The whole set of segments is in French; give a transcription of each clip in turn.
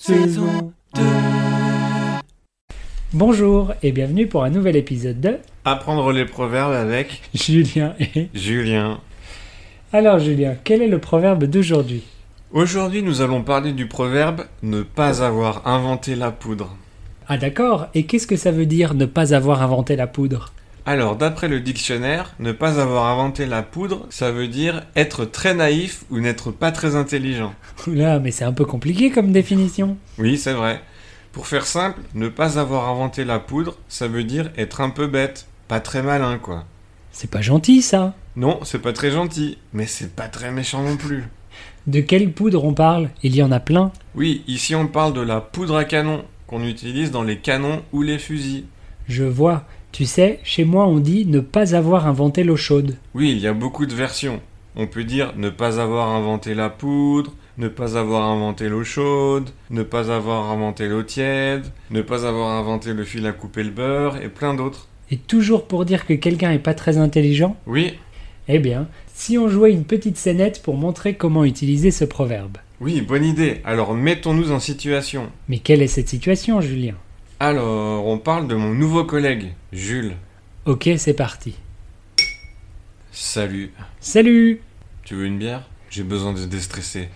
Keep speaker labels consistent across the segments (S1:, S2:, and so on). S1: saison 2.
S2: Bonjour et bienvenue pour un nouvel épisode de
S1: Apprendre les proverbes avec
S2: Julien et...
S1: Julien.
S2: Alors Julien, quel est le proverbe d'aujourd'hui
S1: Aujourd'hui, nous allons parler du proverbe ne pas avoir inventé la poudre.
S2: Ah d'accord, et qu'est-ce que ça veut dire ne pas avoir inventé la poudre
S1: Alors, d'après le dictionnaire, ne pas avoir inventé la poudre, ça veut dire être très naïf ou n'être pas très intelligent.
S2: Là, mais c'est un peu compliqué comme définition.
S1: Oui, c'est vrai. Pour faire simple, ne pas avoir inventé la poudre, ça veut dire être un peu bête, pas très malin quoi.
S2: C'est pas gentil ça.
S1: Non, c'est pas très gentil, mais c'est pas très méchant non plus.
S2: De quelle poudre on parle Il y en a plein.
S1: Oui, ici on parle de la poudre à canon qu'on utilise dans les canons ou les fusils.
S2: Je vois. Tu sais, chez moi on dit ne pas avoir inventé l'eau chaude.
S1: Oui, il y a beaucoup de versions. On peut dire ne pas avoir inventé la poudre, ne pas avoir inventé l'eau chaude, ne pas avoir inventé l'eau tiède, ne pas avoir inventé le fil à couper le beurre et plein d'autres.
S2: Et toujours pour dire que quelqu'un est pas très intelligent
S1: Oui,
S2: Eh bien, si on jouait une petite scénette pour montrer comment utiliser ce proverbe.
S1: oui, bonne idée. Alors mettons-nous en situation.
S2: Mais quelle est cette situation, Julien
S1: Alors, on parle de mon nouveau collègue, Jules.
S2: Ok, c'est parti.
S1: Salut.
S2: Salut
S1: Tu veux une bière J'ai besoin de déstresser.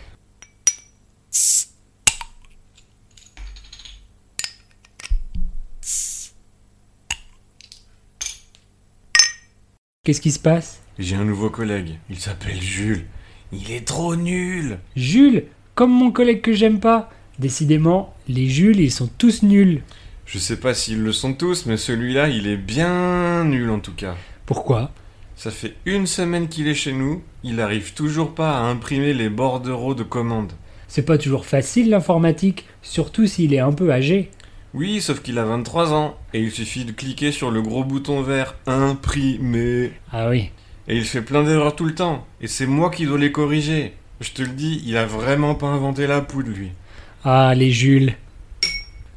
S2: Qu'est-ce qui se passe
S1: J'ai un nouveau collègue. Il s'appelle Jules. Il est trop nul.
S2: Jules Comme mon collègue que j'aime pas Décidément, les Jules, ils sont tous nuls.
S1: Je sais pas s'ils le sont tous, mais celui-là, il est bien nul en tout cas.
S2: Pourquoi
S1: Ça fait une semaine qu'il est chez nous, il arrive toujours pas à imprimer les bordereaux de commande.
S2: C'est pas toujours facile l'informatique, surtout s'il est un peu âgé.
S1: Oui, sauf qu'il a 23 ans, et il suffit de cliquer sur le gros bouton vert imprimer.
S2: Ah oui.
S1: Et il fait plein d'erreurs tout le temps, et c'est moi qui dois les corriger. Je te le dis, il a vraiment pas inventé la poudre, lui.
S2: Ah, les Jules.